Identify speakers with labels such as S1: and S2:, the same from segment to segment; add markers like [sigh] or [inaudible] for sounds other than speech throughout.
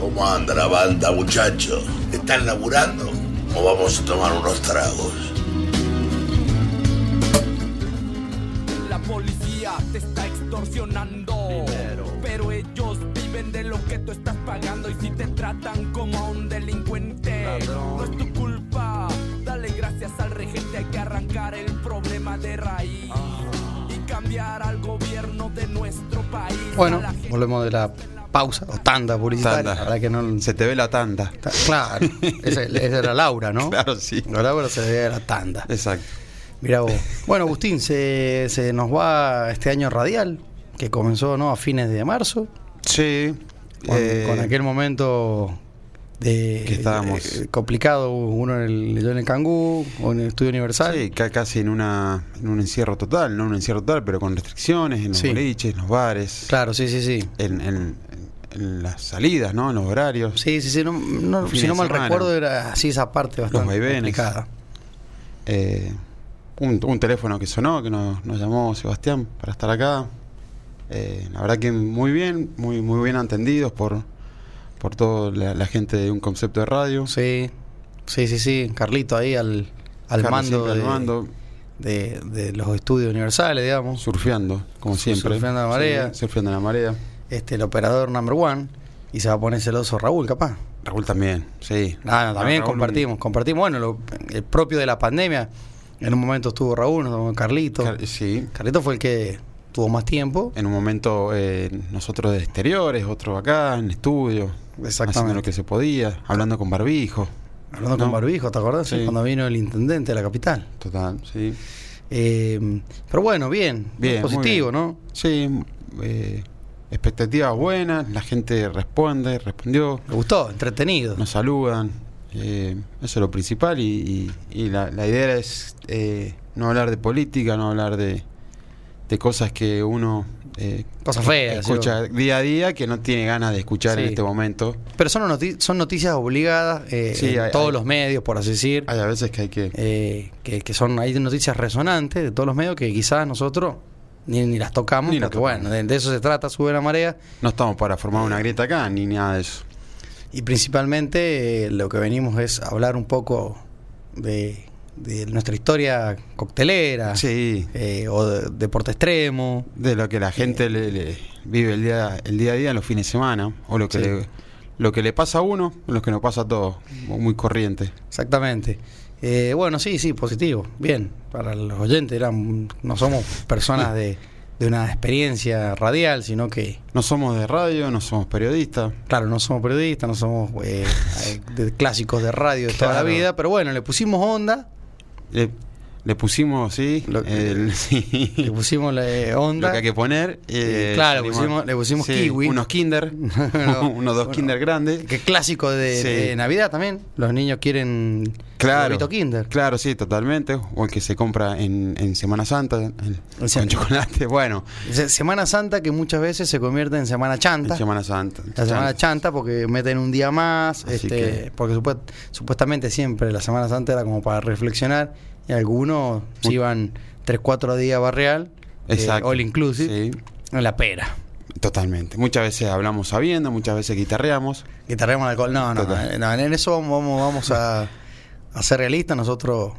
S1: ¿Cómo anda la banda, muchachos? ¿Están laburando? ¿O vamos a tomar unos tragos?
S2: La policía te está extorsionando. Pero ellos viven de lo que tú estás pagando. Y si te tratan como a un delincuente, no es tu culpa. Dale gracias al regente. Hay que arrancar el problema de raíz. Y cambiar al gobierno de nuestro país.
S3: Bueno,
S2: A la gente
S3: volvemos de la pausa o tanda publicitaria.
S4: Tanda.
S3: La verdad que no.
S4: Se te ve la tanda.
S3: Ta- Claro,
S4: [laughs]
S3: esa, esa era Laura, ¿no?
S4: Claro, sí.
S3: La Laura se veía de la tanda.
S4: Exacto.
S3: Mira vos. Bueno, Agustín, se, se nos va este año radial, que comenzó ¿no? a fines de marzo,
S4: Sí.
S3: con,
S4: eh,
S3: con aquel momento de,
S4: que estábamos.
S3: eh, complicado, uno en el, yo en el Cangú, o en el Estudio Universal.
S4: sí, ca- casi en, una, en un encierro total, no un encierro total, pero con restricciones en los
S3: Sí.
S4: boliches, en los bares,
S3: Claro, sí, sí, sí.
S4: en, en- en las salidas, ¿no? En los horarios.
S3: Sí, sí, sí, no, no-
S4: Fines
S3: si no
S4: de
S3: mal
S4: semana.
S3: recuerdo era así esa parte bastante
S4: vaivenes.
S3: complicada.
S4: Eh, un, un teléfono que sonó, que nos, nos llamó Sebastián para estar acá. Eh, la verdad que muy bien, muy, muy bien atendidos por, por toda la, la gente de un concepto de radio.
S3: Sí, sí, sí, sí. Carlito ahí al, al
S4: Carlos
S3: mando,
S4: siempre al
S3: de,
S4: mando,
S3: de- de los estudios universales, digamos.
S4: surfeando, como siempre.
S3: surfeando la marea.
S4: Sí, surfeando la marea.
S3: Este, el operador number one. Y se va a poner celoso Raúl, capaz.
S4: Raúl también, sí.
S3: Ah, no, también
S4: Raúl,
S3: compartimos, compartimos. Bueno, lo- el propio de la pandemia. En un momento estuvo Raúl, nos tomó Carlito.
S4: Car- sí.
S3: Carlito fue el que tuvo más tiempo.
S4: En un momento eh, nosotros de exteriores, otro acá, en estudio.
S3: Exactamente.
S4: Haciendo lo que se podía, hablando con barbijo.
S3: Hablando con
S4: No.
S3: Barbijo, ¿te acordás?
S4: Sí.
S3: Cuando vino el intendente de la capital.
S4: Total, sí.
S3: Eh, pero bueno, bien,
S4: Bien, muy
S3: positivo,
S4: bien.
S3: ¿no?
S4: Sí, eh, expectativas buenas, la gente responde, respondió,
S3: Me gustó, entretenido.
S4: nos saludan. eh, eso es lo principal y, y- y la, la idea es eh, no hablar de política, no hablar de, de cosas que uno eh,
S3: Cosas feas,
S4: escucha día a día que no tiene ganas de escuchar en
S3: Sí.
S4: este momento.
S3: Pero son, noti- son noticias obligadas eh,
S4: Sí,
S3: en
S4: hay-
S3: todos
S4: hay-
S3: los medios, por así decir.
S4: Hay a veces que hay que...
S3: eh, que, que son hay noticias resonantes de todos los medios que quizás nosotros ni, ni las tocamos,
S4: Ni las
S3: porque
S4: tocamos.
S3: bueno, de, de eso se trata, sube la marea.
S4: No estamos para formar una grieta acá ni nada de eso.
S3: Y principalmente eh, lo que venimos es hablar un poco de, de nuestra historia coctelera
S4: Sí,
S3: eh, o de deporte extremo.
S4: de lo que la gente le, le vive el día, el día a día en los fines de semana, o lo que,
S3: Sí.
S4: le, lo que le pasa a uno, lo que nos pasa a todos, mu- muy corriente.
S3: Exactamente. Eh, bueno, sí, sí, positivo. Bien, para los oyentes eran, no somos personas de, de una experiencia radial, sino que,
S4: No somos de radio, no somos periodistas.
S3: claro, no somos periodistas, no somos
S4: [laughs]
S3: eh, de clásicos de radio de toda la
S4: Claro.
S3: vida, pero bueno, le pusimos onda,
S4: Le, le pusimos, sí,
S3: Lo- [laughs]
S4: el- sí,
S3: le pusimos la eh,
S4: lo
S3: onda.
S4: que hay que poner. eh,
S3: claro,
S4: salimos-
S3: pusimos- le pusimos kiwi.
S4: Unos
S3: [laughs]
S4: kinder,
S3: No,
S4: [laughs] unos dos
S3: bueno,
S4: kinder grandes.
S3: que es clásico de,
S4: Sí.
S3: de Navidad también. Los niños quieren
S4: Claro.
S3: huevito Kinder.
S4: Claro, sí, totalmente. O el que se compra en, en Semana Santa, el-
S3: O sea,
S4: con chocolate. [laughs] Bueno,
S3: Se- Semana Santa que muchas veces se convierte en Semana Chanta.
S4: en Semana Santa.
S3: La Semana Chanta porque meten un día más,
S4: Así
S3: este,
S4: que-
S3: porque supu- supuestamente siempre la Semana Santa era como para reflexionar y algunos se iban 3, 4 días a barreal, eh,
S4: Exacto.
S3: all inclusive,
S4: Sí.
S3: en la pera.
S4: Totalmente. Muchas veces hablamos sabiendo, muchas veces guitarreamos.
S3: Que traemos alcohol. No, no,
S4: Total.
S3: no, en eso vamos, vamos, vamos a, a ser realistas. Nosotros,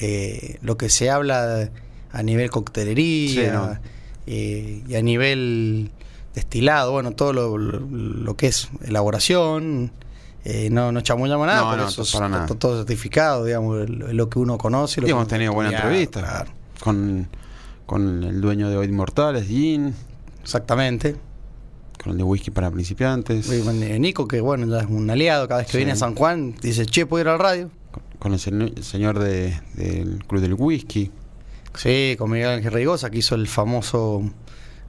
S3: eh, lo que se habla a nivel coctelería
S4: Sí, no.
S3: eh, y a nivel destilado, bueno, todo lo, lo- lo que es elaboración, eh, no, no chamullamos nada,
S4: No,
S3: porque
S4: no,
S3: eso es
S4: para nada.
S3: to- todo certificado, digamos, lo, lo que uno conoce. Lo
S4: Y
S3: que
S4: hemos
S3: uno
S4: tenido buena
S3: estudia,
S4: entrevista
S3: claro.
S4: con, con el dueño de Hoy Inmortales, Jean,
S3: Exactamente.
S4: con el de Whisky para principiantes,
S3: Y, bueno, Nico, que bueno, ya es un aliado, cada vez que
S4: Sí.
S3: viene a San Juan, dice, che, ¿puedo ir al radio?
S4: con el sen- el señor de- del Club del Whisky.
S3: Sí, con Miguel Ángel Reigosa, que hizo el famoso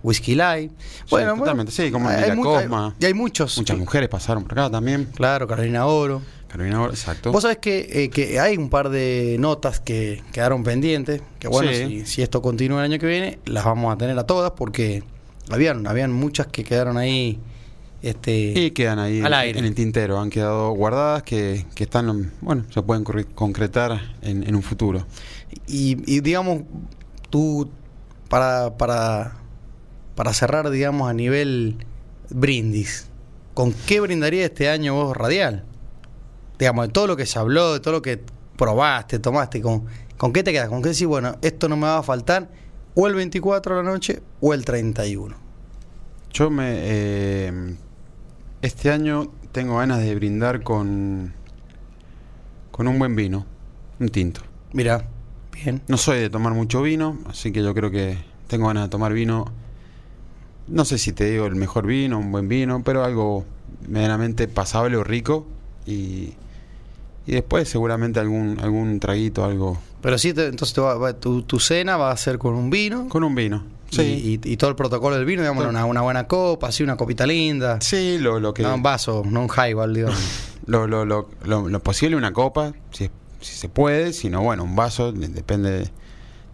S3: Whisky Live. Bueno,
S4: totalmente, sí, como Mila
S3: mu-
S4: Cosma.
S3: y hay muchos.
S4: Muchas mujeres pasaron por acá también.
S3: Claro, Carolina Oro.
S4: Carolina, Or- exacto.
S3: Vos sabés que, eh, que hay un par de notas que quedaron pendientes, que bueno,
S4: Sí.
S3: si, si esto continúa el año que viene, las vamos a tener a todas, porque habían, habían muchas que quedaron ahí. Este,
S4: Y quedan ahí
S3: Al
S4: en-
S3: aire.
S4: en el tintero, han quedado guardadas que, que están, bueno, se pueden corre- concretar en, en un futuro.
S3: Y, y, digamos, tú, para, para, para cerrar, digamos, a nivel brindis, ¿con qué brindaría este año vos radial? Digamos, de todo lo que se habló, de todo lo que probaste, tomaste, ¿con, con qué te quedas? ¿Con qué decís, bueno, esto no me va a faltar o el 24 de la noche o el 31?
S4: Yo me. eh, este año tengo ganas de brindar con. con un buen vino, un tinto.
S3: Mira, bien.
S4: No soy de tomar mucho vino, así que yo creo que tengo ganas de tomar vino. No sé si te digo el mejor vino, un buen vino, pero algo medianamente pasable o rico. Y, y después seguramente algún, algún traguito, algo.
S3: Pero sí, te- entonces te va- va- tu, tu cena va a ser con un vino
S4: Con un vino. Sí,
S3: y, y- y todo el protocolo del vino, digamos,
S4: Todo.
S3: una, una buena copa, así una copita linda.
S4: sí lo, lo que...
S3: No, un vaso, no un highball, digo.
S4: [laughs] lo, lo, lo, lo- lo posible una copa, si, si se puede, si no, bueno, un vaso, de- depende de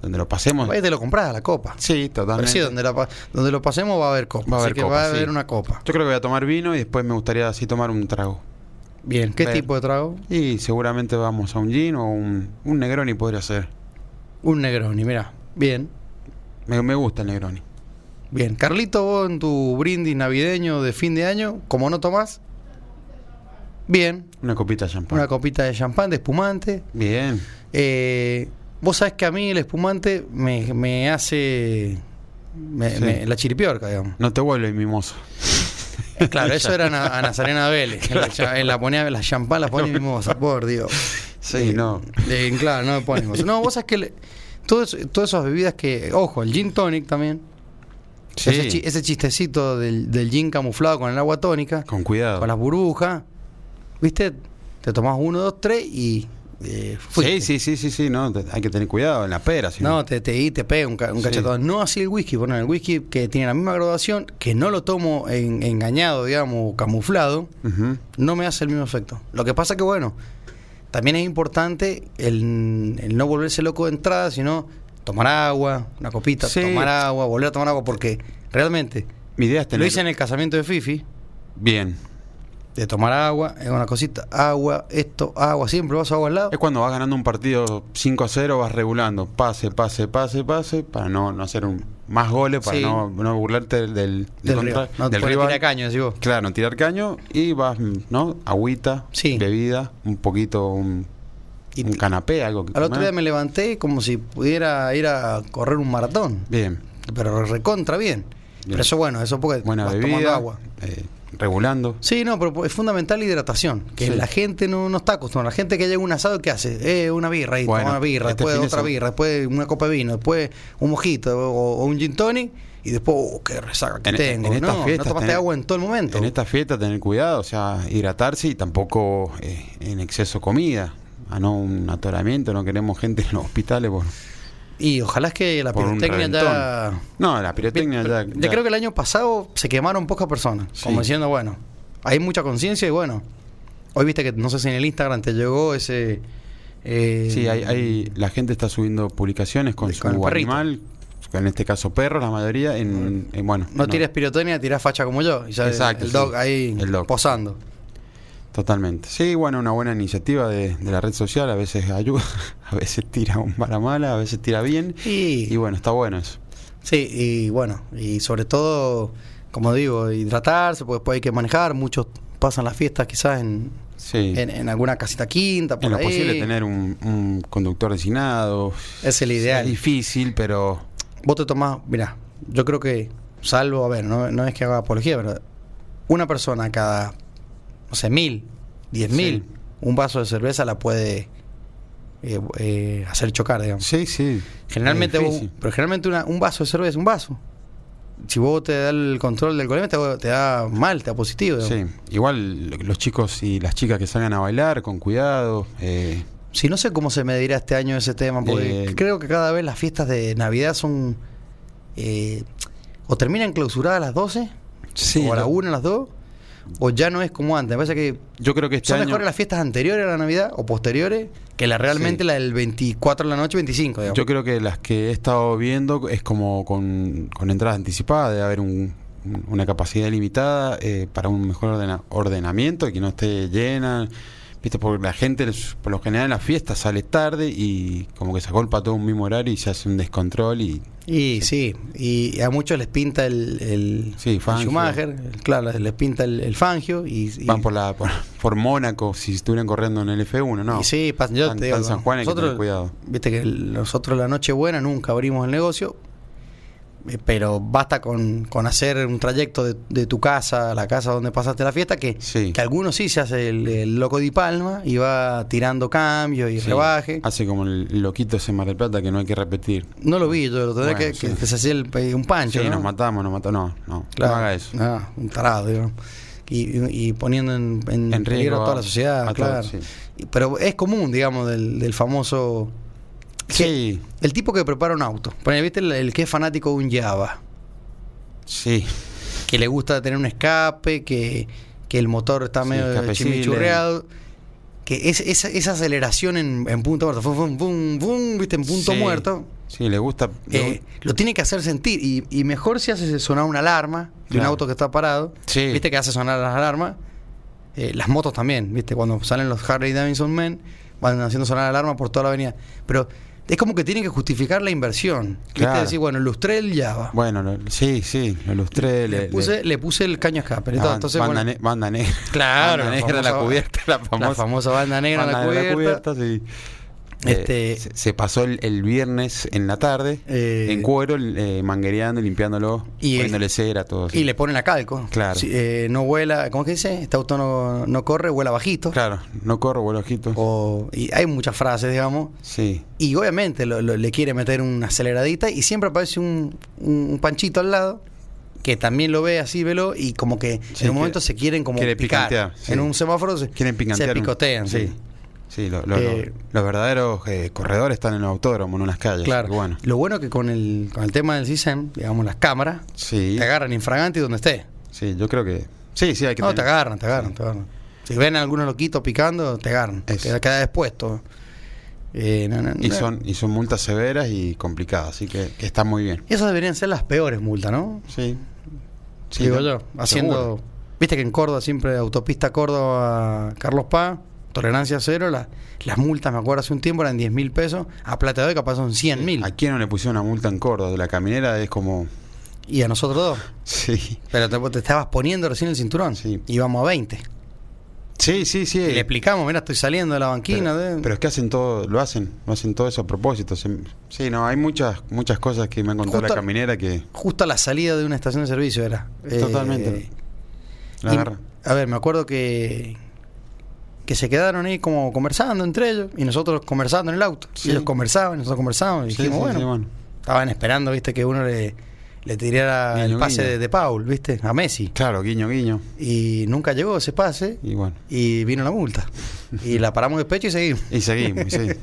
S4: donde lo pasemos.
S3: Ahí te lo compras la copa.
S4: Sí,
S3: Pero
S4: totalmente.
S3: sí, donde, la pa- donde lo pasemos va a haber copa.
S4: Va a haber
S3: así que
S4: copa,
S3: va a
S4: sí.
S3: haber una copa.
S4: Yo creo que voy a tomar vino y después me gustaría así tomar un trago.
S3: Bien, ¿qué
S4: Ver.
S3: tipo de trago?
S4: Y seguramente vamos a un gin o un, un Negroni podría ser.
S3: Un Negroni, mira. Bien,
S4: Me, me gusta el Negroni.
S3: bien. Carlito, vos en tu brindis navideño de fin de año, como no tomás, bien.
S4: Una copita de champán.
S3: Una copita de champán, de espumante.
S4: Bien.
S3: Eh, vos sabés que a mí el espumante me, me hace me-
S4: Sí.
S3: me- la chiripiorca, digamos.
S4: No te vuelves mimoso.
S3: Claro, eso era na- a Nazarena Vélez. La, cha- la ponía, la champán la ponía mimosa, por Dios.
S4: Sí,
S3: Eh,
S4: no.
S3: eh, claro, no me pone mimosa. No, vos sabés que le- todo eso- todas esas bebidas que. Ojo, el gin tonic también.
S4: Sí.
S3: Ese, chi- ese chistecito del, del gin camuflado con el agua tónica,
S4: Con cuidado.
S3: con las burbujas. ¿Viste? Te tomás uno, dos, tres y. eh, fuiste.
S4: sí, sí, sí, sí, sí, no, te- hay que tener cuidado en la pera. si
S3: No, te, te, y te pega un, ca- un
S4: Sí.
S3: cachetón. No así el whisky, bueno, el whisky que tiene la misma graduación, que no lo tomo en- engañado, digamos, o camuflado,
S4: Ujú.
S3: no me hace el mismo efecto. Lo que pasa que, bueno, también es importante el, el no volverse loco de entrada, sino tomar agua, una copita,
S4: Sí.
S3: tomar agua, volver a tomar agua, porque realmente,
S4: Mi idea es tener.
S3: lo hice en el casamiento de Fifi,
S4: Bien.
S3: de tomar agua, es una cosita, agua, esto, agua, siempre vas agua al lado.
S4: Es cuando vas ganando un partido 5 a 0, vas regulando. Pase, pase, pase, pase, para no, no hacer un, más goles, para
S3: Sí.
S4: no, no burlarte del, del, del
S3: Del
S4: contra-
S3: rival, no,
S4: del
S3: porque
S4: rival.
S3: tira caño, decís vos.
S4: Claro, no tirar caño y vas, mm, ¿no? Agüita,
S3: Sí.
S4: bebida, un poquito, un,
S3: Y-
S4: un canapé, algo que
S3: Al otro
S4: comer.
S3: día me levanté como si pudiera ir a correr un maratón.
S4: Bien,
S3: Pero recontra bien. Pero eso bueno, eso porque
S4: buena
S3: vas tomando
S4: bebida,
S3: agua.
S4: eh, regulando.
S3: Sí, no, pero es fundamental la hidratación, que
S4: Sí.
S3: la gente no, no está acostumbrada. La gente que llega a un asado, ¿qué hace? Eh, una birra, y toma
S4: Bueno,
S3: una birra,
S4: este
S3: después
S4: fin de
S3: otra
S4: semana-
S3: birra, después una copa de vino, después un mojito o, o un gin tonic, y después, oh, qué resaca que
S4: En- e- en
S3: tengo.
S4: estas
S3: no, no
S4: fiestas
S3: tomaste
S4: tener-
S3: agua en todo el momento.
S4: En esta fiesta tener cuidado, o sea, hidratarse y tampoco eh, en exceso comida. A no un atoramiento, no queremos gente en los hospitales por,
S3: Y ojalá es que la
S4: por un
S3: pirotecnia ya...
S4: reventón. No, la pirotecnia ya,
S3: Yo
S4: ya-
S3: creo que el año pasado se quemaron pocas personas.
S4: Sí.
S3: Como diciendo, bueno, hay mucha conciencia y bueno. Hoy viste que, no sé si en el Instagram te llegó ese. eh,
S4: Sí, hay, hay- la gente está subiendo publicaciones con
S3: De-
S4: su
S3: con el perrito.
S4: animal, en este caso perros, la mayoría, en, en- bueno.
S3: No tires pirotecnia, tirás facha como yo. Y ya
S4: Exacto,
S3: el dog
S4: sí.
S3: ahí
S4: El dog.
S3: posando.
S4: Totalmente. Sí, bueno, una buena iniciativa de, de la red social, a veces ayuda, [laughs] a veces tira un para mala, a veces tira bien.
S3: Y,
S4: Y bueno, está bueno eso.
S3: sí, y bueno, y sobre todo, como digo, hidratarse, porque después hay que manejar. Muchos pasan las fiestas quizás en,
S4: Sí.
S3: en, en alguna casita quinta, por
S4: En lo
S3: ahí.
S4: posible tener un, un conductor designado.
S3: Es el ideal.
S4: Es difícil, pero
S3: Vos te tomás, mirá, yo creo que, salvo, a ver, no, no es que haga apología, pero una persona cada, no sé, mil, diez mil,
S4: Sí.
S3: un vaso de cerveza la puede eh, eh, hacer chocar, digamos.
S4: sí, sí.
S3: Generalmente,
S4: es
S3: vos-
S4: difícil.
S3: pero generalmente una- un vaso de cerveza, un vaso. Si vos te da el control del colemia, te, te da mal, te da positivo. digamos.
S4: Sí, igual lo- los chicos y las chicas que salgan a bailar con cuidado. eh,
S3: Si no sé cómo se medirá este año ese tema, porque
S4: Eh,
S3: creo que cada vez las fiestas de Navidad son... eh, o terminan clausuradas a las 12
S4: sí,
S3: o a la
S4: yo-
S3: una, a las dos, o ya no es como antes. Me parece que
S4: Yo creo que este
S3: son
S4: año-
S3: mejores las fiestas anteriores a la Navidad o posteriores que la realmente
S4: Sí.
S3: la del 24 de la noche, 25, digamos.
S4: Yo creo que las que he estado viendo es como con, con entradas anticipadas, de haber un- un- una capacidad limitada eh, para un mejor ordena- ordenamiento, que no esté llena. ¿Viste? Porque la gente, les- por lo general, en las fiestas sale tarde y como que se agolpa todo un mismo horario y se hace un descontrol y
S3: Y sí, y a muchos les pinta el, el,
S4: Sí,
S3: el
S4: Fangio.
S3: Schumacher, el- claro, les pinta el, el Fangio y, y-
S4: Van por la por, por Mónaco si estuvieran corriendo en el F1, ¿no?
S3: y sí, pasan- yo
S4: Tan-
S3: te digo,
S4: tan San Juan hay que
S3: nosotros,
S4: tener cuidado.
S3: Viste que el- nosotros la noche buena nunca abrimos el negocio, eh, pero basta con, con hacer un trayecto de, de tu casa a la casa donde pasaste la fiesta que,
S4: Sí.
S3: que algunos sí se hace el, el loco de Palma y va tirando cambios y
S4: Sí.
S3: rebaje.
S4: Hace como el loquito ese en Mar del Plata que no hay que repetir.
S3: No lo vi, yo lo tendré
S4: Bueno,
S3: que,
S4: sí.
S3: que se hacía el- eh, un
S4: Sí,
S3: pancho. ¿no?
S4: nos matamos, nos matamos. No, no,
S3: Claro.
S4: no haga eso.
S3: Ah, un tarado, digamos. Y, y poniendo en, en
S4: En
S3: peligro
S4: riesgo
S3: a
S4: a-
S3: toda la sociedad,
S4: a
S3: claro.
S4: todos, sí.
S3: Y- Pero es común, digamos, del, del famoso.
S4: Sí,
S3: El tipo que prepara un auto. Ponele, ¿viste? El, el que es fanático de un Java.
S4: sí.
S3: Que le gusta tener un escape, que, que el motor está
S4: Sí, eh.
S3: medio
S4: escapecible.
S3: chimichurreado. Que es, esa- esa aceleración en, en punto muerto, fum, fum, fum, fum, ¿viste? En punto
S4: Sí.
S3: muerto.
S4: Sí, le gusta. le
S3: Eh,
S4: gu-
S3: lo tiene que hacer sentir. Y, y mejor si hace sonar una alarma de un
S4: Claro.
S3: auto que está parado.
S4: Sí.
S3: Viste que hace sonar las alarmas. Eh, las motos también, viste, cuando salen los Harley Davidson Men, van haciendo sonar alarma por toda la avenida. Pero es como que tienen que justificar la inversión. Viste,
S4: Claro.
S3: decir, bueno, lustré el Java.
S4: Bueno, lo- sí, sí, lo ilustré.
S3: le,
S4: Le,
S3: puse,
S4: le-
S3: le puse el caño escape.
S4: Ah,
S3: Entonces,
S4: banda,
S3: bueno,
S4: ne- banda negra.
S3: [laughs] Claro,
S4: Banda
S3: la
S4: negra, la
S3: famosa-
S4: cubierta, la famosa.
S3: la famosa banda negra en la
S4: banda negra
S3: cubierta.
S4: sí. Eh,
S3: Este-
S4: se, se pasó el, el viernes en la tarde,
S3: Eh,
S4: en cuero, eh, manguereando, limpiándolo,
S3: Y el-
S4: poniéndole cera, todo.
S3: Y
S4: sí.
S3: le ponen la calco.
S4: Claro.
S3: Si, eh, no vuela, ¿cómo es que dice? Este auto no, no corre, vuela bajito.
S4: Claro, no corro, vuelo ojitos.
S3: O, y hay muchas frases, digamos.
S4: Sí,
S3: Y obviamente lo- lo- le quiere meter una aceleradita y siempre aparece un, un- un panchito al lado que también lo ve así, velo, y como que
S4: Sí,
S3: en un momento
S4: quiere-
S3: se quieren como
S4: quiere
S3: picar.
S4: picantear, sí.
S3: En un semáforo se,
S4: quieren picantear.
S3: se
S4: ¿no?
S3: picotean, sí.
S4: Sí, sí lo- lo-
S3: Eh,
S4: lo- los verdaderos eh, corredores están en los autódromos, no en las calles.
S3: Claro.
S4: Y Bueno,
S3: Lo bueno que con el, con el tema del CISEM, E digamos, las cámaras,
S4: sí,
S3: te agarran infragante y donde esté.
S4: sí, yo creo que. Sí, sí, hay que
S3: No, te
S4: tener-
S3: agarran, te agarran,
S4: Sí.
S3: te agarran. Si ven a algunos loquitos picando, te agarran.
S4: Eso.
S3: Queda, queda expuesto. Eh, no, no,
S4: Y
S3: no.
S4: son, y son multas severas y complicadas, así que, que está muy bien.
S3: Esas deberían ser las peores multas, ¿no?
S4: Sí. Sí,
S3: digo
S4: ¿no?
S3: yo, haciendo.
S4: Seguro.
S3: Viste que en Córdoba siempre autopista Córdoba Carlos Paz, tolerancia cero, la- las multas, me acuerdo hace un tiempo, eran 10 mil pesos, a Plata de Hoy capaz son 100 mil.
S4: ¿A quién no le pusieron una multa en Córdoba? De la caminera es como.
S3: Y a nosotros dos.
S4: Sí.
S3: Pero te, te estabas poniendo recién el cinturón.
S4: Sí.
S3: Íbamos a 20.
S4: Sí, sí, sí.
S3: Y le explicamos, mira, estoy saliendo de la banquina.
S4: pero,
S3: de-
S4: pero es que hacen todo, lo hacen, lo hacen todo eso a propósito. Se- sí, no, hay muchas, muchas cosas que me han contado
S3: Justo-
S4: la caminera que
S3: Justo a la salida de una estación de servicio era. Eh,
S4: Totalmente. la
S3: y-
S4: agarra.
S3: a ver, me acuerdo que que se quedaron ahí como conversando entre ellos y nosotros conversando en el auto.
S4: Sí.
S3: Y ellos conversaban, y nosotros conversábamos y
S4: Sí,
S3: dijimos,
S4: sí,
S3: bueno,
S4: sí, bueno.
S3: Estaban esperando, viste, que uno le, le tirara
S4: Guiño,
S3: el pase
S4: guiño.
S3: de, de Paul, viste, a Messi.
S4: Claro, guiño, guiño.
S3: Y nunca llegó ese pase
S4: Y bueno.
S3: y vino la multa. Y la paramos de pecho y seguimos.
S4: Y seguimos, sí.
S3: [laughs]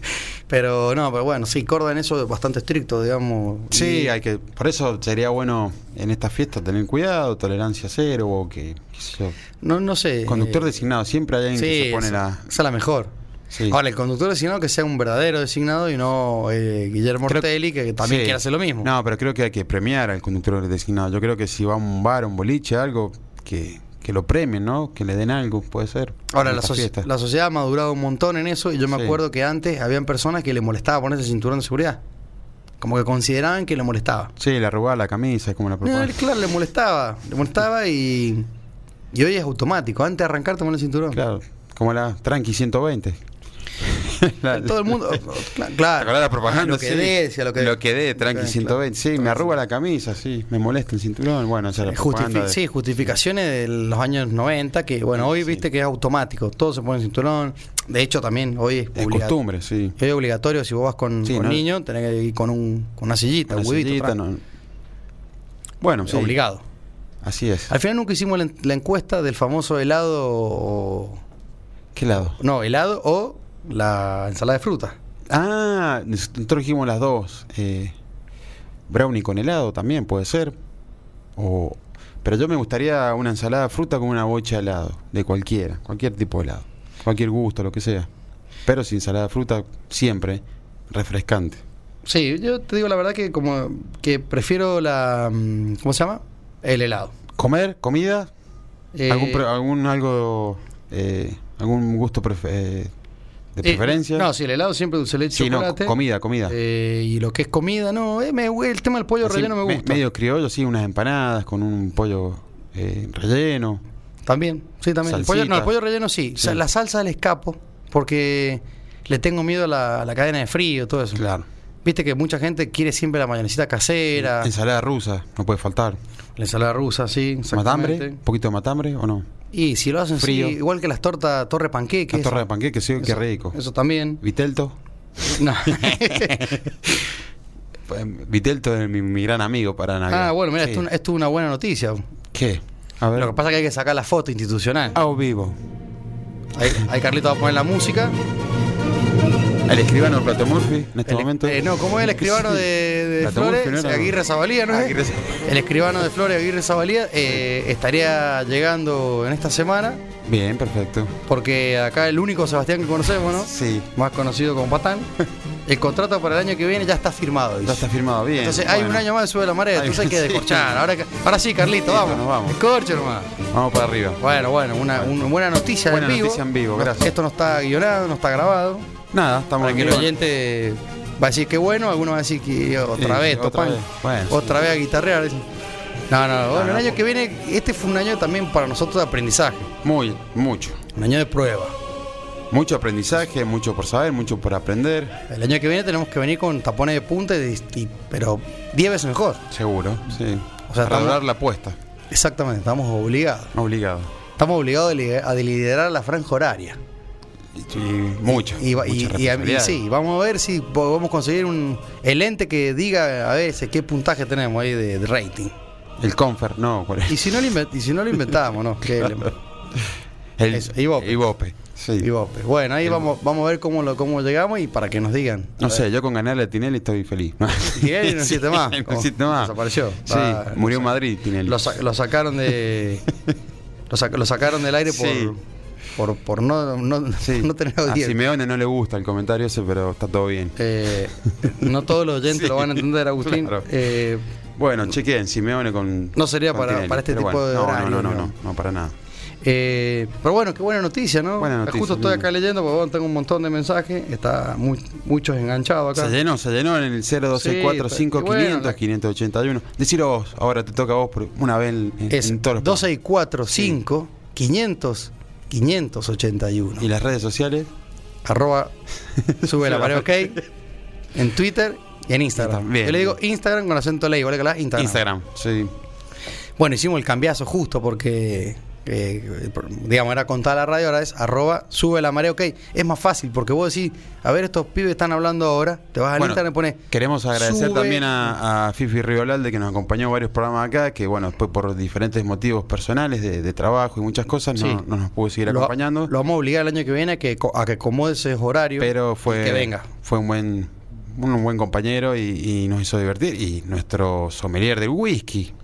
S3: Pero no, pero bueno, sí, Córdoba en eso es bastante estricto, digamos.
S4: Sí,
S3: Y-
S4: hay que. Por eso sería bueno en estas fiestas tener cuidado, tolerancia cero o que. qué sé yo,
S3: no, no sé.
S4: Conductor
S3: eh,
S4: designado, siempre hay alguien
S3: sí,
S4: que se pone
S3: esa-
S4: la.
S3: Esa es la mejor.
S4: Sí.
S3: Ahora, el conductor designado que sea un verdadero designado y no eh, Guillermo
S4: Creo-
S3: Ortelli, que también
S4: Sí.
S3: quiere hacer lo mismo.
S4: No, pero creo que hay que premiar al conductor designado. Yo creo que si va a un bar, un boliche, algo, que, que lo premien, ¿no? Que le den algo, puede ser.
S3: Ahora,
S4: En
S3: la,
S4: estas
S3: soci-
S4: fiestas.
S3: la sociedad ha madurado un montón en eso y yo me
S4: Sí.
S3: acuerdo que antes habían personas que le molestaba ponerse el cinturón de seguridad. Como que consideraban que le molestaba.
S4: Sí, la arrugada, la camisa, es como la
S3: No,
S4: propone.
S3: claro, le molestaba. Le molestaba y, y hoy es automático. Antes de arrancar, tomar el cinturón.
S4: Claro, como la Tranqui 120.
S3: [laughs]
S4: La-
S3: Eh, Todo el mundo. oh, claro.
S4: [laughs] ¿Te acordás la propaganda?
S3: Lo que
S4: Sí.
S3: dé, decía, lo que dé.
S4: dé, Tranqui
S3: Claro,
S4: 120. Sí, me arruga la camisa, sí. Me molesta el cinturón. Bueno, esa es la
S3: Justifi-
S4: propaganda de-
S3: Sí, justificaciones de los años 90, que bueno, hoy
S4: Sí.
S3: viste que es automático, todos se ponen cinturón. De hecho, también hoy es,
S4: Es
S3: obliga-
S4: costumbre, sí.
S3: hoy es obligatorio, si vos vas con,
S4: Sí,
S3: con
S4: ¿no?
S3: niño, tenés que ir con, un, con una sillita,
S4: Una
S3: un huevito.
S4: sillita,
S3: tra-
S4: no. Bueno, sí.
S3: Obligado.
S4: Así es.
S3: Al final nunca hicimos la, en- la encuesta del famoso helado. o-
S4: ¿Qué lado?
S3: No, helado o la ensalada de fruta.
S4: Ah, nosotros dijimos las dos. eh, brownie con helado también puede ser. O, pero yo me gustaría una ensalada de fruta con una bocha de helado, de cualquiera, cualquier tipo de helado, cualquier gusto, lo que sea. Pero sin ensalada de fruta siempre refrescante.
S3: Sí, yo te digo la verdad que como que prefiero la. mm, ¿Cómo se llama? El helado.
S4: Comer, comida,
S3: Eh,
S4: algún, pre- algún algo, eh, algún gusto prefe- eh, de
S3: Eh,
S4: preferencia.
S3: No, sí, el helado siempre dulce de leche
S4: Sí, no,
S3: chocolate.
S4: co- comida, comida.
S3: Eh, y lo que es comida, no, eh, me- el tema del pollo
S4: Así,
S3: relleno me
S4: me-
S3: gusta.
S4: medio criollo, sí, unas empanadas con un pollo eh, relleno.
S3: También, sí, también. El pollo, no, el
S4: Salsita.
S3: pollo relleno sí. O sea,
S4: Sí.
S3: la salsa del escapo, porque le tengo miedo a la, a la cadena de frío, todo eso.
S4: Claro.
S3: Viste que mucha gente quiere siempre la mayonesita casera,
S4: Ensalada rusa, no puede faltar.
S3: la ensalada rusa, sí. exactamente.
S4: Matambre, un poquito de matambre o no.
S3: Y si lo hacen sí,
S4: Frío.
S3: igual que las tortas Torre Panqueque.
S4: Una torre de panqueque, sí, qué rico.
S3: Eso
S4: [laughs]
S3: también.
S4: Vitelto. [laughs]
S3: No. [laughs]
S4: Pues, Vitelto es mi, mi gran amigo para Navidad.
S3: ah, bueno, mira,
S4: Sí.
S3: esto, esto es una buena noticia. Lo
S4: ¿Qué? A ver.
S3: que pasa es que hay que sacar la foto institucional.
S4: Ah, o vivo.
S3: Ahí, ahí Carlito va a poner la música.
S4: El escribano de Plato Murphy en este
S3: El-
S4: momento.
S3: eh, no,
S4: [laughs]
S3: ¿cómo es el escribano
S4: Sí.
S3: de, de
S4: Plato
S3: Flores?
S4: Murphy, ¿no era?
S3: Aguirre Zabalía, ¿no es?
S4: Aguirre
S3: El escribano de Flores, Aguirre Zabalía, eh, estaría llegando en esta semana,
S4: Bien, perfecto.
S3: porque acá el único Sebastián que conocemos, ¿no?
S4: Sí.
S3: Más conocido como Patán. El contrato para el año que viene ya está firmado, dice.
S4: Ya está firmado bien.
S3: Entonces hay un
S4: Bueno,
S3: año más de sube la marea, entonces hay que
S4: sí.
S3: descorchar. Ahora, ahora sí, Carlito,
S4: Listo,
S3: vamos.
S4: nos vamos.
S3: Descorche hermano.
S4: Vamos para arriba.
S3: Bueno, bueno, una, una buena noticia
S4: Buena
S3: en vivo.
S4: noticia en vivo, gracias.
S3: Esto no está guionado, no está grabado.
S4: Nada, estamos
S3: Para
S4: en
S3: que el
S4: vivo.
S3: oyente va a decir que bueno, alguno va a decir que eh, otra
S4: Sí,
S3: vez,
S4: otra
S3: Topán.
S4: vez. Bueno, Ah,
S3: otra vez a guitarrear. dicen. No, no, bueno,
S4: no,
S3: el año
S4: por-
S3: que viene, este fue un año también para nosotros de aprendizaje,
S4: Muy, mucho.
S3: un año de prueba.
S4: Mucho aprendizaje, mucho por saber, mucho por aprender.
S3: El año que viene tenemos que venir con tapones de punta, y de- y- pero 10 veces mejor.
S4: Seguro, sí.
S3: O sea,
S4: para
S3: estamos-
S4: doblar la apuesta.
S3: Exactamente, estamos obligados.
S4: Obligado.
S3: Estamos obligados a li- a liderar la franja horaria.
S4: Y, y mucho.
S3: Y, va-
S4: mucha
S3: y- y- y
S4: responsabilidad.
S3: sí, vamos a ver si podemos conseguir un el ente que diga a veces qué puntaje tenemos ahí de, de rating.
S4: El confer, no, ¿cuál es?
S3: Y si no lo, inven- y si no lo inventamos, ¿no? Que le-
S4: El
S3: eso, Ibope.
S4: Ibope, Sí.
S3: y vos, pues. Bueno, ahí vamos, vamos a ver cómo, lo, cómo llegamos y para que nos digan.
S4: No sé, yo con ganarle a Tinelli estoy feliz.
S3: Y él no
S4: [laughs] Sí,
S3: existe más.
S4: no
S3: Como-
S4: existe más.
S3: desapareció.
S4: Sí,
S3: Va,
S4: murió en
S3: no sé.
S4: Madrid Tinelli.
S3: Lo, sa- lo sacaron
S4: [laughs]
S3: de. Lo, sac- lo sacaron del aire por,
S4: Sí.
S3: por, por no, no,
S4: Sí.
S3: [laughs] no tener
S4: a
S3: audiencia.
S4: Simeone no le gusta el comentario ese, pero está todo bien.
S3: Eh, no todos los oyentes
S4: Sí,
S3: lo van a entender, Agustín.
S4: claro.
S3: Eh,
S4: Bueno, chequen, Simeone con.
S3: No sería
S4: con
S3: para- para este
S4: pero
S3: tipo de
S4: no,
S3: horario,
S4: No, no, no,
S3: digamos.
S4: no, no, para nada.
S3: Eh, pero bueno, qué buena noticia, ¿no?
S4: Buena noticia,
S3: Justo estoy
S4: lindo.
S3: acá leyendo, porque bueno, tengo un montón de mensajes, está mu- muchos enganchados acá.
S4: Se llenó, se llenó en el
S3: Sí, está- y bueno,
S4: 02645
S3: la-
S4: 581. Decilo vos, ahora te toca a vos por una vez en, en-
S3: Es
S4: en todos los
S3: 12 y 4, 5, 500, 581.
S4: Y las redes sociales. [laughs]
S3: Arroba, sube la pared, ok. En Twitter y en Instagram.
S4: Instagram, bien.
S3: Yo le digo Instagram con acento ley, igual que la Instagram.
S4: Instagram. Sí.
S3: Bueno, hicimos el cambiazo justo porque, eh, por- digamos, era contar la radio, ahora es arroba, sube la marea, ok. Es más fácil porque vos decís, a ver, estos pibes están hablando ahora, te vas al
S4: Bueno,
S3: internet y pones...
S4: Queremos agradecer
S3: sube-
S4: también a, a Fifi Rigolalde que nos acompañó en varios programas acá, que bueno, después por diferentes motivos personales de, de trabajo y muchas cosas no,
S3: Sí.
S4: no nos pudo seguir
S3: Lo-
S4: acompañando.
S3: Lo, vamos a obligar el año que viene a que, co- a que acomode ese horario
S4: pero
S3: y
S4: fue,
S3: que venga.
S4: fue un buen un buen compañero y, y nos hizo divertir. Y nuestro sommelier del whisky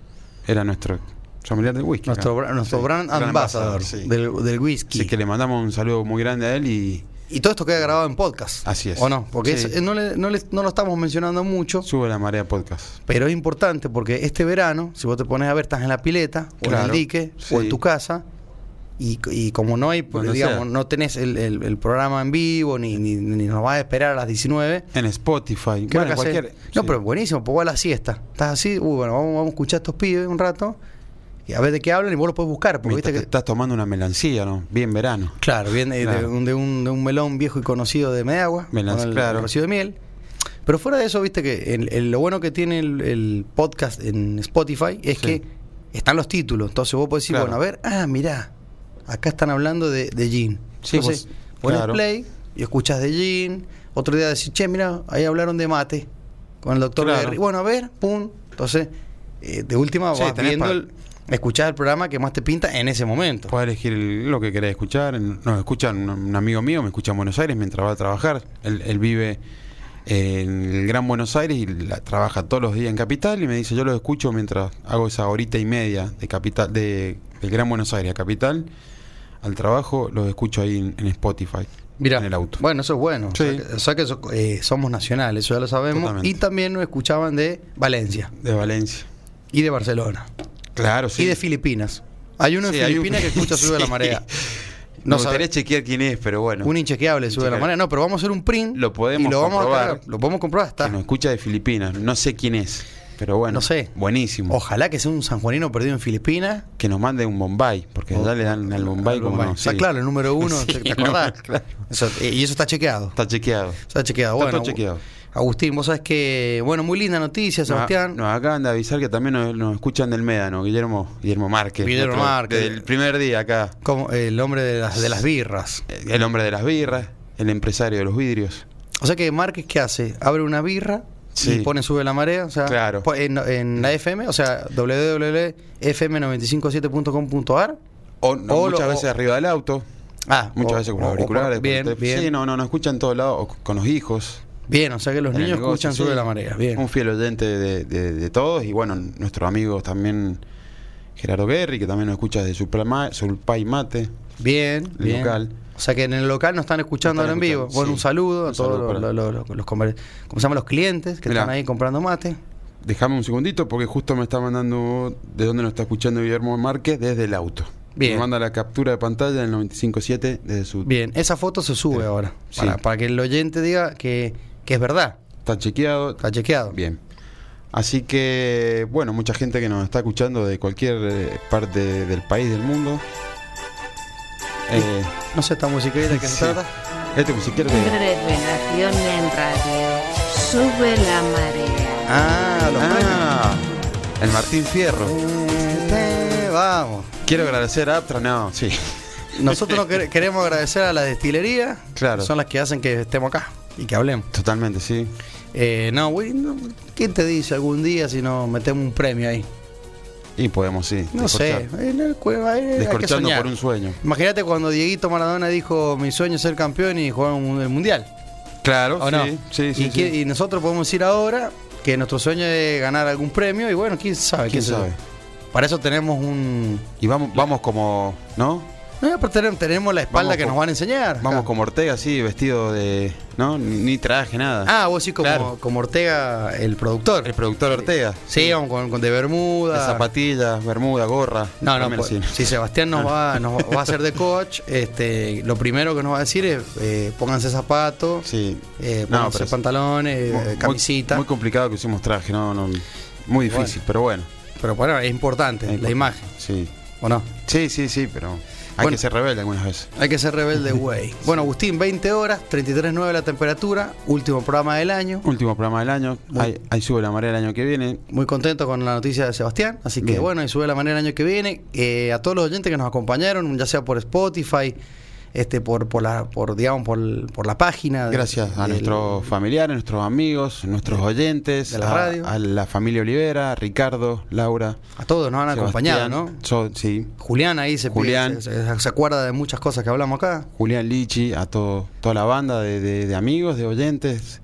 S4: era nuestro sommelier del whisky.
S3: Nuestro,
S4: acá.
S3: bra- nuestro
S4: Sí,
S3: brand
S4: gran
S3: ambassador
S4: sí.
S3: del, del whisky.
S4: Así que le mandamos un saludo muy grande a él y
S3: Y todo esto queda grabado en podcast.
S4: Así es.
S3: ¿O no? Porque
S4: Sí.
S3: es- eh, no, le- no le- no lo estamos mencionando mucho.
S4: sube la marea podcast.
S3: Pero es importante porque este verano, si vos te pones a ver, estás en la pileta, o en
S4: Claro,
S3: el dique,
S4: sí.
S3: o en tu casa, y, y como no hay, pues,
S4: Cuando
S3: digamos,
S4: sea.
S3: no tenés el, el- el programa en vivo, ni, ni, ni nos vas a esperar a las 19.
S4: En Spotify.
S3: ¿qué vas
S4: Bueno,
S3: a hacer?
S4: cualquier.
S3: No,
S4: sí.
S3: pero buenísimo, pues vos a la siesta. Estás así, uy, bueno, vamos, vamos a escuchar a estos pibes un rato, y a ver de qué hablan, y vos lo podés buscar, porque
S4: Mientras
S3: viste
S4: te
S3: que...
S4: estás tomando una melancilla, ¿no? Bien verano.
S3: Claro, viene de-
S4: Claro.
S3: De, un, de un- de un melón viejo y conocido de Medagua,
S4: Melón,
S3: con el,
S4: claro.
S3: el rocío de miel. Pero fuera de eso, viste que el- el- lo bueno que tiene el, el podcast en Spotify es
S4: Sí.
S3: que están los títulos. Entonces vos podés decir,
S4: Claro.
S3: bueno, a ver, ah, mirá, acá están hablando de, de Jean.
S4: Sí,
S3: Entonces,
S4: vos-
S3: pones
S4: claro.
S3: play y escuchás de Jean. Otro día decís, che, mirá, ahí hablaron de mate con el doctor
S4: Claro.
S3: Berry. Bueno, a ver, pum. Entonces, eh, de última
S4: Sí,
S3: vas
S4: tenés
S3: viendo,
S4: pa-
S3: el- escuchás el programa que más te pinta en ese momento.
S4: Puedes elegir el- lo que querés escuchar. Nos escucha un, un amigo mío, me escucha en Buenos Aires mientras va a trabajar. Él, él vive en el Gran Buenos Aires y la, trabaja todos los días en Capital y me dice, yo los escucho mientras hago esa horita y media de Capital, de, del Gran Buenos Aires a Capital. Al trabajo los escucho ahí en, en Spotify,
S3: Mirá,
S4: en el auto.
S3: Bueno, eso es bueno.
S4: Sí.
S3: O sea que, o sea que so- eh, somos nacionales, eso ya lo sabemos.
S4: Totalmente.
S3: Y también nos escuchaban de Valencia,
S4: de Valencia.
S3: y de Barcelona,
S4: Claro, sí.
S3: y de Filipinas. Hay uno
S4: Sí,
S3: en
S4: hay un-
S3: Filipinas que escucha Sube la
S4: [laughs] Sí.
S3: Marea. No
S4: No me gustaría
S3: sabe-
S4: chequear quién es, pero bueno.
S3: Un inchequeable sube la
S4: Inchequeable.
S3: manera. No, pero vamos a hacer un print.
S4: Lo podemos
S3: y lo vamos a
S4: comprobar.
S3: cargar. Lo podemos comprobar
S4: que nos
S3: hasta.
S4: escucha de Filipinas. No sé quién es, pero bueno.
S3: No sé.
S4: Buenísimo.
S3: Ojalá que sea un sanjuanino perdido en Filipinas.
S4: Que nos mande un Bombay, porque
S3: O-
S4: ya le dan al Bombay
S3: Al
S4: como
S3: Bombay.
S4: no,
S3: Está
S4: sí.
S3: claro, el número uno.
S4: [laughs] Sí,
S3: ¿te- ¿Te acordás?
S4: no, claro.
S3: Eso- eh, y eso está chequeado.
S4: Está chequeado.
S3: Está chequeado.
S4: Está
S3: bueno,
S4: todo chequeado.
S3: Agustín, vos sabés que. Bueno, muy linda noticia, Sebastián.
S4: Nos, nos acaban de avisar que también nos, nos escuchan del Médano, Guillermo, Guillermo Márquez.
S3: Guillermo
S4: nuestro-
S3: Márquez.
S4: Desde el primer día acá.
S3: Como el hombre de las, de las birras.
S4: El hombre de las birras, el empresario de los vidrios.
S3: O sea que Márquez, ¿qué hace? Abre una birra
S4: Sí.
S3: y pone sube la marea. O sea,
S4: Claro.
S3: po- en, en la FM, o sea, www.fm957.com.ar.
S4: O, no,
S3: O lo-
S4: muchas
S3: o-
S4: veces arriba del auto,
S3: Ah,
S4: muchas
S3: o-
S4: veces con
S3: o-
S4: los
S3: o-
S4: auriculares. con
S3: Bien,
S4: el tele-
S3: bien.
S4: Sí, no, no, nos escuchan en todos lados, o con los hijos.
S3: Bien, o sea que los
S4: en el
S3: niños
S4: negocio,
S3: escuchan
S4: sí.
S3: sube la marea. Bien.
S4: Un fiel oyente de, de- de todos y bueno, nuestros amigos también, Gerardo Guerri, que también nos escucha desde Sulpama- Sulpay Mate.
S3: Bien,
S4: El
S3: bien.
S4: local.
S3: O sea que en el local nos están escuchando
S4: Nos
S3: ahora
S4: están
S3: en vivo.
S4: escuchando,
S3: Bueno,
S4: sí.
S3: un saludo a
S4: Un
S3: todos
S4: saludo
S3: los,
S4: para-
S3: los- los- los comer- ¿cómo se llama? los clientes que
S4: Mirá.
S3: están ahí comprando mate.
S4: Dejame un segundito porque justo me está mandando de dónde nos está escuchando Guillermo Márquez desde el auto.
S3: Bien.
S4: Me manda la captura de pantalla del 957 desde su.
S3: Bien, esa foto se sube
S4: Sí.
S3: ahora.
S4: Sí.
S3: Para, para que el oyente diga que, que es verdad.
S4: Está chequeado.
S3: Está chequeado.
S4: Bien. Así que, bueno, mucha gente que nos está escuchando de cualquier eh, parte del país, del mundo. Eh,
S3: No sé esta musiquita de qué
S4: sí.
S3: se trata.
S4: Este musiquero de.
S5: Revelación en radio. Sube la marea.
S3: Ah, los
S4: Ah, el Martín Fierro.
S3: premios. Eh, Vamos.
S4: Quiero agradecer a Aptra, no, sí.
S3: Nosotros no quer- queremos agradecer a las destilerías.
S4: Claro.
S3: que Son las que hacen que estemos acá y que hablemos.
S4: Totalmente, sí.
S3: Eh, no, güey, no, ¿quién te dice algún día si nos metemos un premio ahí?
S4: Y podemos, sí.
S3: No sé,
S4: descorchar.
S3: en el cueva, eh, hay que
S4: Descorchando
S3: soñar.
S4: por un sueño.
S3: Imagínate cuando Dieguito Maradona dijo mi sueño es ser campeón y jugar un- el mundial.
S4: Claro,
S3: ¿O
S4: sí,
S3: no?
S4: sí, sí,
S3: y,
S4: sí.
S3: que- y nosotros podemos decir ahora que nuestro sueño es ganar algún premio y bueno, quién sabe,
S4: ¿Quién
S3: qué sé yo.
S4: sabe?
S3: Para eso tenemos un.
S4: Y vamos, vamos como, ¿no?
S3: No, pero tenemos, tenemos la espalda
S4: Vamos
S3: que
S4: con-
S3: nos van a enseñar.
S4: Vamos
S3: Ah.
S4: como Ortega, así, vestido de, ¿no? Ni, ni traje, nada.
S3: Ah, vos sí como,
S4: Claro.
S3: como Ortega, el productor.
S4: el productor Ortega.
S3: Sí, vamos con, con de
S4: De
S3: Bermuda.
S4: zapatillas, bermuda, gorra.
S3: No, no,
S4: También
S3: pues,
S4: así. Ah.
S3: si Sebastián nos va, nos
S4: [laughs]
S3: va a hacer de coach, este, lo primero que nos va a decir es eh, pónganse zapatos,
S4: Sí.
S3: eh,
S4: No,
S3: pónganse
S4: pero es
S3: pantalones, eh,
S4: muy- muy-
S3: camisita.
S4: Muy, complicado que usemos traje, no, no. Muy difícil, pero bueno.
S3: pero bueno, es importante
S4: Es
S3: la
S4: importante.
S3: imagen,
S4: Sí.
S3: ¿o no?
S4: Sí, sí, sí, pero hay
S3: Bueno.
S4: que ser rebelde algunas veces.
S3: Hay que ser rebelde,
S4: [laughs]
S3: güey. Bueno, Agustín, 20 horas, 33.9 la temperatura, último programa del año.
S4: Último programa del año. Ahí, ahí sube la marea el año que viene.
S3: Muy contento con la noticia de Sebastián, así que
S4: Bien.
S3: bueno, y sube la manera el año que viene. Eh, a todos los oyentes que nos acompañaron, ya sea por Spotify, este, por, por la, por, digamos, por, por la página. de-
S4: Gracias a
S3: del-
S4: nuestros familiares, nuestros amigos, nuestros oyentes,
S3: eh, de la
S4: a,
S3: radio.
S4: a la familia Olivera, Ricardo, Laura.
S3: A todos nos han acompañado, ¿no?
S4: Sebastián. So- sí,
S3: Julián ahí se,
S4: Julián.
S3: se- se- se acuerda de muchas cosas que hablamos acá.
S4: Julián Lichi, a todo, toda la banda de, de- de amigos, de oyentes,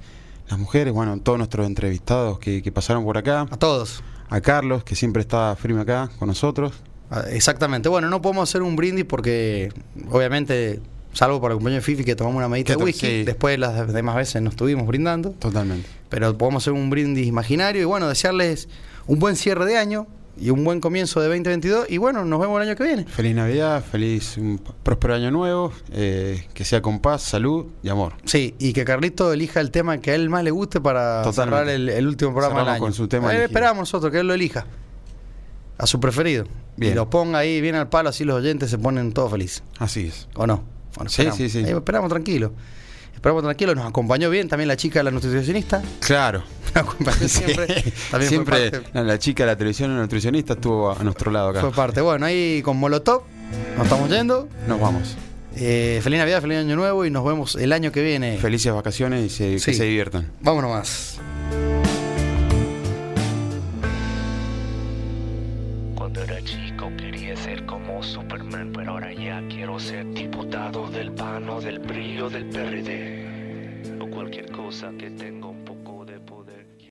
S4: las mujeres, bueno, todos nuestros entrevistados que, que pasaron por acá,
S3: A todos.
S4: a Carlos, que siempre está firme acá con nosotros.
S3: Ah, Exactamente. Bueno, no podemos hacer un brindis porque, obviamente, salvo para el cumpleaños de Fifi que tomamos una medita
S4: Que
S3: de
S4: to-
S3: whisky,
S4: sí.
S3: después las demás veces nos estuvimos brindando.
S4: Totalmente.
S3: Pero podemos hacer un brindis imaginario y bueno, desearles un buen cierre de año y un buen comienzo de 2022. Y bueno, nos vemos el año que viene.
S4: Feliz Navidad, feliz, un p- próspero año nuevo, eh, que sea con paz, salud y amor.
S3: Sí, y que Carlito elija el tema que a él más le guste para
S4: Totalmente.
S3: cerrar el, el último programa del
S4: Cerramos
S3: año.
S4: con su tema
S3: Eh,
S4: elegido.
S3: esperamos nosotros que él lo elija. A su preferido.
S4: Bien.
S3: Y lo ponga ahí bien al palo, así los oyentes se ponen todos felices.
S4: Así es.
S3: ¿O no? Bueno,
S4: Sí,
S3: esperamos.
S4: sí, sí.
S3: Ahí esperamos tranquilo. Esperamos tranquilo. Nos acompañó bien también la chica, la nutricionista. [laughs]
S4: Claro.
S3: Nos acompañó siempre.
S4: [laughs] Sí.
S3: También
S4: Siempre
S3: fue parte.
S4: la, la chica de la televisión, la nutricionista, estuvo a, a nuestro lado acá.
S3: Fue parte. Bueno, ahí con Molotov. Nos estamos yendo.
S4: Nos vamos.
S3: Eh, feliz Navidad, feliz Año Nuevo y nos vemos el año que viene.
S4: Felices vacaciones y se-
S3: Sí.
S4: que se diviertan.
S3: Vámonos más.
S6: Cuando era chico quería ser como Superman, pero ahora ya quiero ser diputado del PAN o del brillo del PRD. O cualquier cosa que tenga un poco